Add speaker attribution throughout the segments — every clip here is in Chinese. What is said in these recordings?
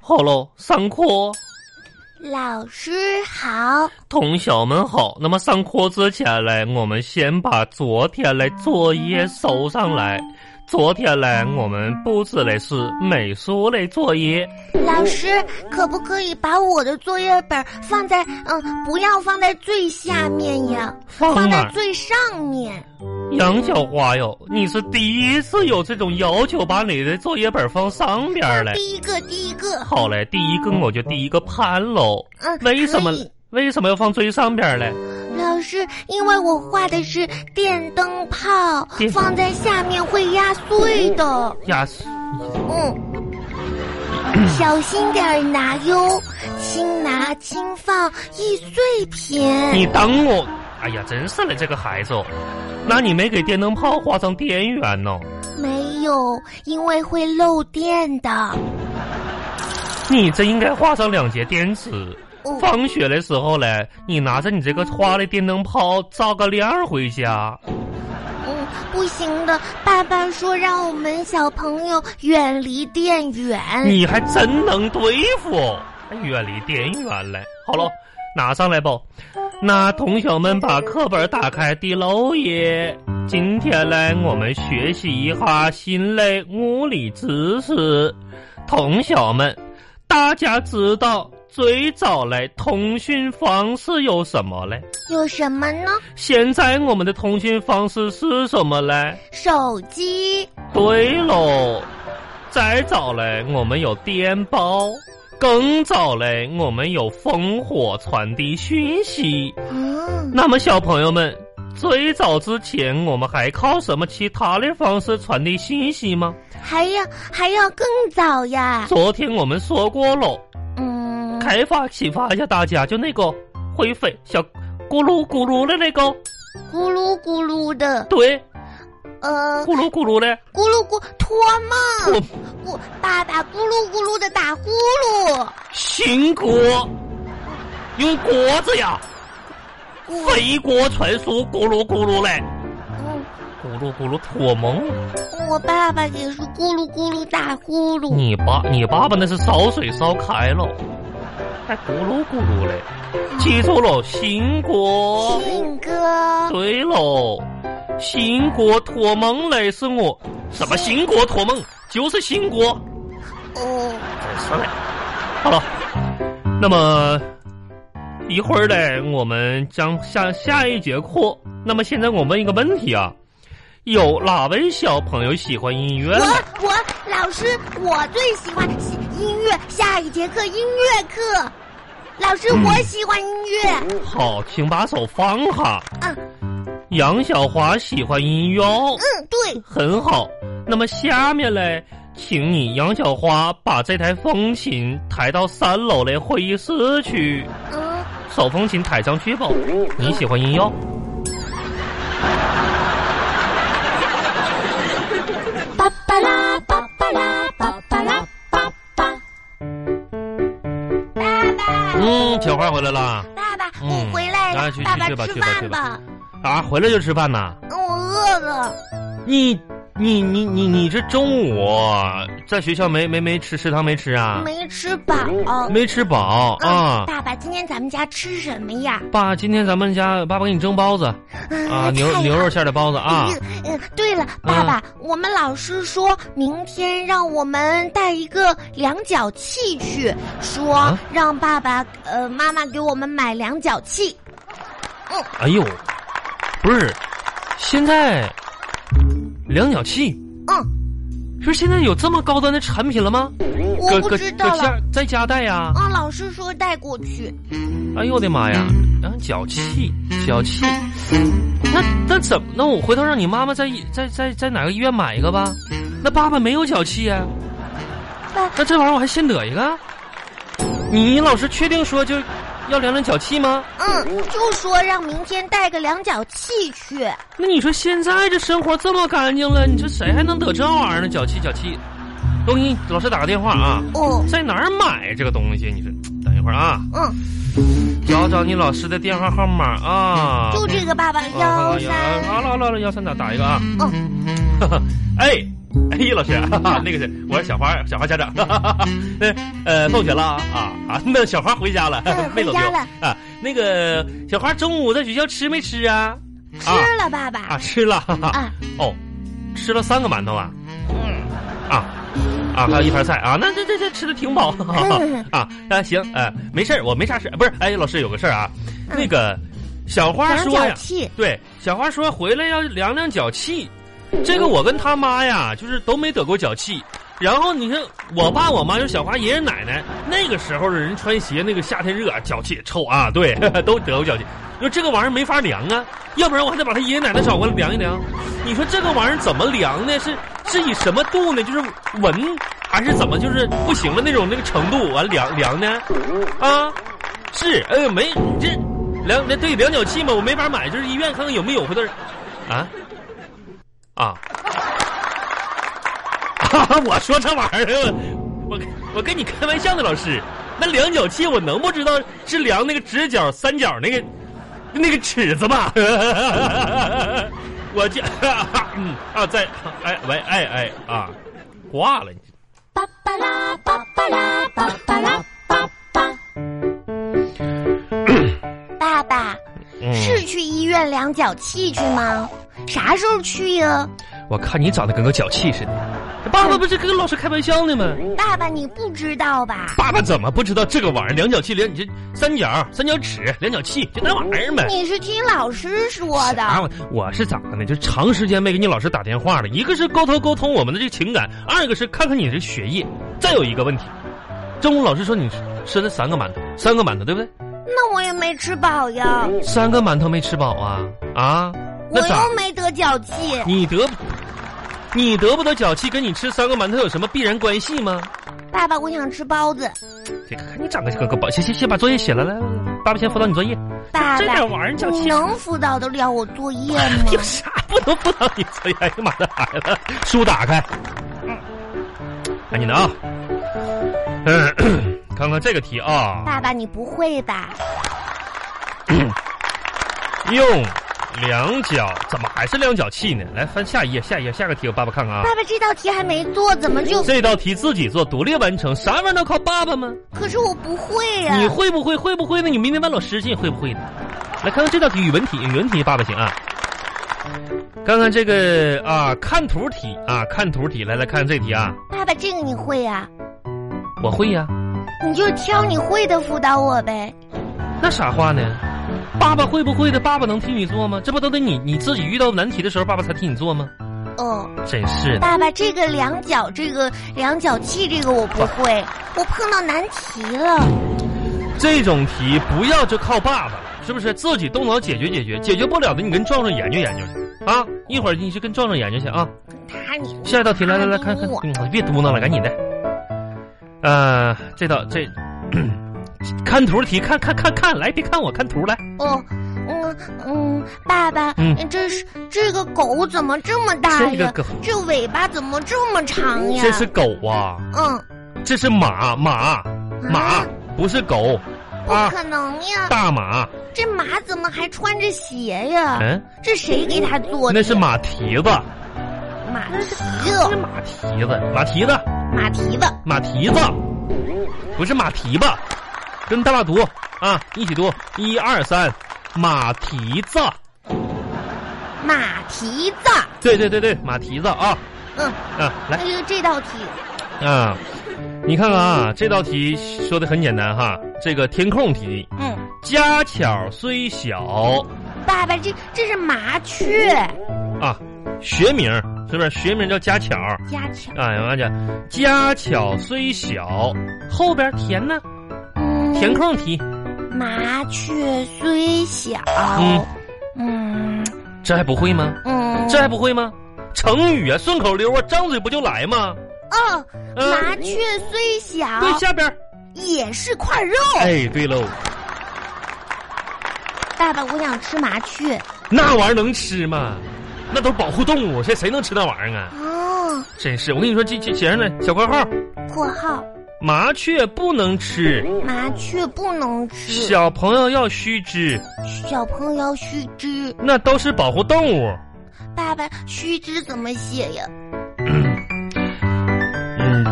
Speaker 1: 好喽，上课哦。
Speaker 2: 老师好，
Speaker 1: 同学们好，那么上课之前呢，我们先把昨天的作业收上来。昨天呢，我们布置的是美术类作业。
Speaker 2: 老师可不可以把我的作业本放在嗯，不要放在最下面呀，
Speaker 1: 放哪儿
Speaker 2: 放在最上面。
Speaker 1: 杨小花哟，你是第一次有这种要求，把你的作业本放上边儿嘞。
Speaker 2: 第一个，第一个，
Speaker 1: 好嘞，第一个我就第一个判喽。
Speaker 2: 嗯，
Speaker 1: 为什么
Speaker 2: 可以
Speaker 1: 为什么要放最上边儿嘞？
Speaker 2: 老师，因为我画的是电灯泡
Speaker 1: 电，
Speaker 2: 放在下面会压碎的。
Speaker 1: 呀，
Speaker 2: 嗯，小心点儿拿哟，轻拿轻放易碎品。
Speaker 1: 你等我！嗯哎呀，真是的，这个孩子哦，那你没给电灯泡画上电源哦呢？
Speaker 2: 没有，因为会漏电的。
Speaker 1: 你这应该画上两节电池。
Speaker 2: 哦
Speaker 1: 放学的时候嘞，你拿着你这个花的电灯泡照个亮儿回家。
Speaker 2: 嗯，不行的，爸爸说让我们小朋友远离电源。
Speaker 1: 你还真能对付，还远离电源嘞。好了，拿上来吧。那同学们把课本打开第六页。今天呢，我们学习一下新类物理知识。同学们，大家知道最早嘞通讯方式有什么嘞？
Speaker 2: 有什么呢？
Speaker 1: 现在我们的通讯方式是什么嘞？
Speaker 2: 手机、
Speaker 1: 对喽，再早嘞，我们有电报；更早嘞，我们有烽火传递讯息。
Speaker 2: 嗯，
Speaker 1: 那么，小朋友们，最早之前，我们还靠什么其他的方式传递信息吗？
Speaker 2: 还要还要更早呀。
Speaker 1: 昨天我们说过喽，
Speaker 2: 嗯，
Speaker 1: 开发启发一下大家，就那个会飞小咕噜咕噜的那个，
Speaker 2: 咕噜咕噜的，
Speaker 1: 对，
Speaker 2: 呃，
Speaker 1: 咕噜咕噜的，
Speaker 2: 咕噜咕托梦，
Speaker 1: 我
Speaker 2: 咕爸爸咕噜咕噜的打呼噜，
Speaker 1: 行国，用国字呀。
Speaker 2: 咕
Speaker 1: 肥锅传书咕噜咕噜嘞，
Speaker 2: 嗯，
Speaker 1: 咕噜咕噜托梦。
Speaker 2: 我爸爸也是咕噜咕噜打呼噜。
Speaker 1: 你爸你爸爸那是烧水烧开了，还咕噜咕噜嘞。记住喽，新国
Speaker 2: 信哥，
Speaker 1: 对喽，新国托梦嘞是我什么新国托梦，就是新国，
Speaker 2: 哦，
Speaker 1: 真是嘞。好了，那么。一会儿呢，我们将下下一节课。那么现在我问一个问题啊，有哪位小朋友喜欢音乐
Speaker 2: 我
Speaker 1: 呢？
Speaker 2: 我老师，我最喜欢喜音乐，下一节课音乐课。老师，我喜欢音乐。
Speaker 1: 好，请把手放下。
Speaker 2: 嗯
Speaker 1: 杨小华喜欢音乐哦，
Speaker 2: 嗯，对，
Speaker 1: 很好。那么下面嘞，请你杨小花把这台风琴抬到三楼的会议室去，
Speaker 2: 嗯，
Speaker 1: 手风琴抬上去吧。你喜欢音乐？
Speaker 2: 巴巴拉巴巴拉巴巴拉巴巴。爸爸，
Speaker 1: 嗯，小花回来啦。
Speaker 2: 爸爸，
Speaker 1: 嗯
Speaker 2: 我回来
Speaker 1: 啊
Speaker 2: 了
Speaker 1: 去，
Speaker 2: 爸
Speaker 1: 去吧
Speaker 2: 吃
Speaker 1: 去吧去
Speaker 2: 饭
Speaker 1: 吧
Speaker 2: 吧，
Speaker 1: 啊，回来就吃饭呐？
Speaker 2: 嗯我饿了。
Speaker 1: 你你你你你这中午啊在学校没没没吃食堂没吃啊？
Speaker 2: 没吃饱。嗯，
Speaker 1: 没吃饱啊。
Speaker 2: 爸爸，今天咱们家吃什么呀？
Speaker 1: 爸，今天咱们家爸爸给你蒸包子啊，牛
Speaker 2: 太
Speaker 1: 牛肉馅儿的包子啊。
Speaker 2: 嗯嗯，对了，爸爸，我们老师说明天让我们带一个量角器去，说
Speaker 1: 啊
Speaker 2: 让爸爸呃妈妈给我们买量角器。
Speaker 1: 哎呦，不是，现在量角器
Speaker 2: 嗯，
Speaker 1: 是现在有这么高端的产品了吗？
Speaker 2: 我不
Speaker 1: 嗯搁
Speaker 2: 知
Speaker 1: 搁
Speaker 2: 道
Speaker 1: 搁
Speaker 2: 了。
Speaker 1: 家在家带呀、
Speaker 2: 嗯，老师说带过去。嗯
Speaker 1: 哎呦我的妈呀，量角器，脚器，那那怎么？那我回头让你妈妈在在在在哪个医院买一个吧。那爸爸没有脚器呀、
Speaker 2: 爸
Speaker 1: 那这玩意儿我还现得一个？你老师确定说就要量量脚气吗？
Speaker 2: 嗯，就说让明天带个量角器去。
Speaker 1: 那你说现在这生活这么干净了，你说谁还能得这玩意儿呢？脚气脚气，我给你老师打个电话啊，
Speaker 2: 哦，
Speaker 1: 在哪儿买这个东西？你说等一会儿啊，
Speaker 2: 嗯，嗯
Speaker 1: 找找你老师的电话号码啊。
Speaker 2: 就这个爸爸
Speaker 1: 啊
Speaker 2: 幺
Speaker 1: 好了好了
Speaker 2: 三。
Speaker 1: 好了好了，幺三打打一个啊。
Speaker 2: 嗯，
Speaker 1: 哎，哎，老师， 哈哈那个是我是小花，小花家长。哈哈哈那呃，放学了啊啊啊！那小花回家了，
Speaker 2: 嗯
Speaker 1: 没走丢
Speaker 2: 回家了
Speaker 1: 啊。那个小花中午在学校吃没吃啊？
Speaker 2: 吃
Speaker 1: 啊
Speaker 2: 了，爸爸。
Speaker 1: 啊，吃了。哈哈
Speaker 2: 啊，
Speaker 1: 哦，吃了三个馒头啊
Speaker 2: 嗯，
Speaker 1: 啊啊，还有一盘菜啊。那这这这吃的挺饱。哈哈啊，那行，呃，没事儿我没啥事儿。不是，哎，老师有个事儿啊，
Speaker 2: 嗯
Speaker 1: 那个小花
Speaker 2: 量
Speaker 1: 说
Speaker 2: 脚
Speaker 1: 呀，
Speaker 2: 气，
Speaker 1: 对，小花说回来要量量脚气，这个我跟他妈呀，就是都没得过脚气。然后你看，我爸我妈就是小花爷爷奶奶那个时候的人穿鞋，那个夏天热脚气臭啊，对， 都得过脚气。你说这个玩意儿没法量啊，要不然我还得把他爷爷奶奶找过来量一量。你说这个玩意儿怎么量呢？是是以什么度呢？就是闻还是怎么？就是不行了那种那个程度，完量量呢？啊，是，哎呦没你这量那对量脚器嘛，我没法买，就是医院看看有没有回头，啊啊。 啊！我说这玩意儿，我我跟你开玩笑呢，老师。那量脚器我能不知道是量那个直角、三角那个那个尺子吧？ 我这嗯啊，在哎喂哎哎啊，挂了你。
Speaker 2: 巴巴拉巴巴拉巴巴 拉巴巴。爸爸
Speaker 1: 嗯
Speaker 2: 是去医院量脚气去吗？啥时候去呀？
Speaker 1: 我看你长得跟个脚气似的。爸爸不是跟老师开玩笑呢吗？
Speaker 2: 爸爸你不知道吧？
Speaker 1: 爸爸怎么不知道这个玩意儿？量脚器，量你这三角、三角尺、量角器，就那玩意儿呗。
Speaker 2: 你是听老师说的。
Speaker 1: 啊，我我是咋的呢？就长时间没给你老师打电话了，一个是沟通沟通我们的这个情感，二个是看看你这学业，再有一个问题，中午老师说你吃了三个馒头，三个馒头对不对？
Speaker 2: 那我也没吃饱呀，
Speaker 1: 三个馒头没吃饱啊啊？那
Speaker 2: 我
Speaker 1: 咋？
Speaker 2: 又没得脚气。
Speaker 1: 你得你得不得脚气，跟你吃三个馒头有什么必然关系吗？
Speaker 2: 爸爸，我想吃包子。
Speaker 1: 这个看你长得跟个包，先先先把作业写了来，来来爸爸先辅导你作业。
Speaker 2: 爸
Speaker 1: 这
Speaker 2: 爸，
Speaker 1: 点玩意儿脚
Speaker 2: 你
Speaker 1: 气。？
Speaker 2: 能辅导得了我作业吗
Speaker 1: 有 啥不能不能你作业？哎呀妈的孩子，书打开，赶紧的啊！ 嗯，看看这个题啊，
Speaker 2: 爸爸，你不会吧？
Speaker 1: 用两脚怎么还是两脚气呢？来翻下一页，下一页，下个题我爸爸看看啊。
Speaker 2: 爸爸，这道题还没做，怎么就？
Speaker 1: 这道题自己做，独立完成，啥玩意儿都靠爸爸吗？
Speaker 2: 可是我不会呀、
Speaker 1: 你会不会？会不会呢？你明天问老师去，会不会呢？来看看这道题，语文题，语文题，爸爸行啊。看看这个啊，看图题啊，看图题，来来看这题啊，
Speaker 2: 爸爸，这个你会呀、
Speaker 1: 我会呀、
Speaker 2: 你就挑你会的辅导我呗。
Speaker 1: 那啥话呢？爸爸会不会的？爸爸能替你做吗？这不都得你你自己遇到难题的时候，爸爸才替你做吗？
Speaker 2: 哦，
Speaker 1: 真是的，
Speaker 2: 爸爸，这个量脚，这个量脚气，这个我不会，我碰到难题了。
Speaker 1: 这种题不要就靠爸爸，是不是？自己动脑解决解决，解决不了的你跟壮壮研究研究去啊！一会儿你去跟壮壮研究去啊。
Speaker 2: 他你
Speaker 1: 下一道题，来来来，看
Speaker 2: 哎
Speaker 1: 看，嗯别嘟囔了，赶紧的。呃，这道这 看图题，看看看看，来，别看我，看图来。
Speaker 2: 哦，嗯嗯，爸爸，
Speaker 1: 嗯
Speaker 2: 这是这个狗怎么这么大呀？
Speaker 1: 这个狗
Speaker 2: 这尾巴怎么这么长哎呀？
Speaker 1: 这是狗啊，
Speaker 2: 嗯，
Speaker 1: 这是马马马
Speaker 2: 啊，
Speaker 1: 不是狗
Speaker 2: 不
Speaker 1: 啊，
Speaker 2: 可能呀！
Speaker 1: 大马。
Speaker 2: 这马怎么还穿着鞋呀？
Speaker 1: 嗯，
Speaker 2: 这谁给它做的
Speaker 1: 那
Speaker 2: 呀？
Speaker 1: 是马蹄子，
Speaker 2: 马蹄
Speaker 1: 那是
Speaker 2: 子，
Speaker 1: 马蹄子，马蹄子，
Speaker 2: 马蹄子。
Speaker 1: 马蹄子，不是马蹄吧？跟大家读啊，一起读，一二三，马蹄子，
Speaker 2: 马蹄子。
Speaker 1: 对对对对，马蹄子啊
Speaker 2: 嗯，
Speaker 1: 啊，来
Speaker 2: 哎呦，这道题，
Speaker 1: 啊，你看看啊，这道题说的很简单哈，这个填空题，
Speaker 2: 嗯，
Speaker 1: 家巧虽小
Speaker 2: 爸爸，这这是麻雀，
Speaker 1: 啊，学名是不是？学名叫家巧，
Speaker 2: 家巧。
Speaker 1: 哎呀妈呀，家巧虽小，后边填呢，
Speaker 2: 嗯，
Speaker 1: 填空题。
Speaker 2: 麻雀虽小，
Speaker 1: 嗯
Speaker 2: 嗯
Speaker 1: 这还不会吗？
Speaker 2: 嗯，
Speaker 1: 这还不会吗？成语啊，顺口溜啊，张嘴不就来吗？
Speaker 2: 哦，
Speaker 1: 嗯
Speaker 2: 麻雀虽小，
Speaker 1: 对，下边儿。
Speaker 2: 也是块肉。
Speaker 1: 哎，对喽，
Speaker 2: 爸爸，我想吃麻雀。
Speaker 1: 那玩意儿能吃吗？那都是保护动物，谁谁能吃那玩意儿啊？
Speaker 2: 哦，
Speaker 1: 真是，我跟你说，这这写上来小括号，
Speaker 2: 括号，
Speaker 1: 麻雀不能吃，
Speaker 2: 麻雀不能吃，
Speaker 1: 小朋友要须知，
Speaker 2: 小朋友须知。
Speaker 1: 那都是保护动物。
Speaker 2: 爸爸，须知怎么写呀？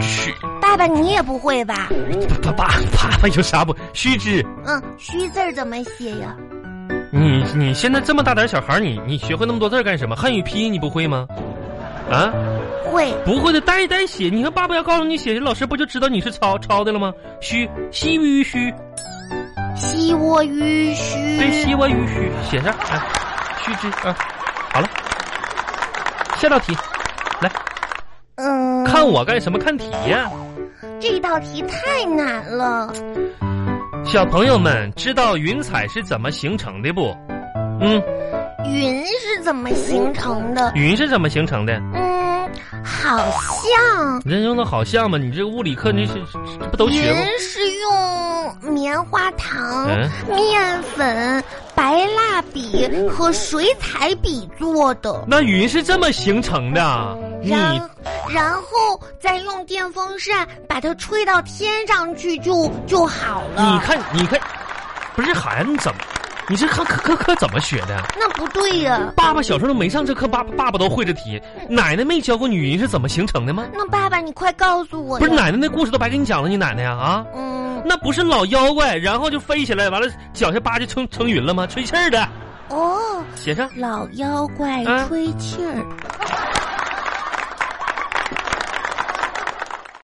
Speaker 1: 去，
Speaker 2: 爸爸你也不会吧？
Speaker 1: 嗯爸爸爸爸有啥不？须知
Speaker 2: 嗯，虚字儿怎么写呀？
Speaker 1: 你你现在这么大点小孩儿，你你学会那么多字儿干什么？汉语拼音你不会吗？啊，
Speaker 2: 会
Speaker 1: 不会的，呆一呆写。你看爸爸要告诉你写，老师不就知道你是抄抄的了吗？虚西吁虚，
Speaker 2: 西窝吁
Speaker 1: 对，西
Speaker 2: 虚，
Speaker 1: 窝吁虚，写上啊，须知啊，好了，下道题，
Speaker 2: 嗯，
Speaker 1: 看我干什么？看题呀、
Speaker 2: 这道题太难了。
Speaker 1: 小朋友们知道云彩是怎么形成的不？嗯，
Speaker 2: 云是怎么形成的？
Speaker 1: 云是怎么形成的？
Speaker 2: 嗯，好像
Speaker 1: 你这用的好像吗？你这个物理课你是是这不都学
Speaker 2: 云
Speaker 1: 过？
Speaker 2: 是用棉花糖、
Speaker 1: 嗯
Speaker 2: 面粉、白蜡笔和水彩笔做的。
Speaker 1: 那云是这么形成的，啊你
Speaker 2: 然然后再用电风扇把它吹到天上去就就好了。
Speaker 1: 你看你看，不是孩子你怎么？你这课课课课怎么学的？啊
Speaker 2: 那不对呀、
Speaker 1: 爸爸小时候都没上这课，爸爸爸爸都会这题。奶奶没教过你云是怎么形成的吗？
Speaker 2: 那爸爸你快告诉我
Speaker 1: 不
Speaker 2: 呀。
Speaker 1: 是奶奶那故事都白给你讲了，你奶奶呀啊？
Speaker 2: 嗯，
Speaker 1: 那不是老妖怪，然后就飞起来，完了脚下扒就成成云了吗？吹气儿的，
Speaker 2: 哦，
Speaker 1: 写上。
Speaker 2: 老妖怪
Speaker 1: 啊
Speaker 2: 吹气儿。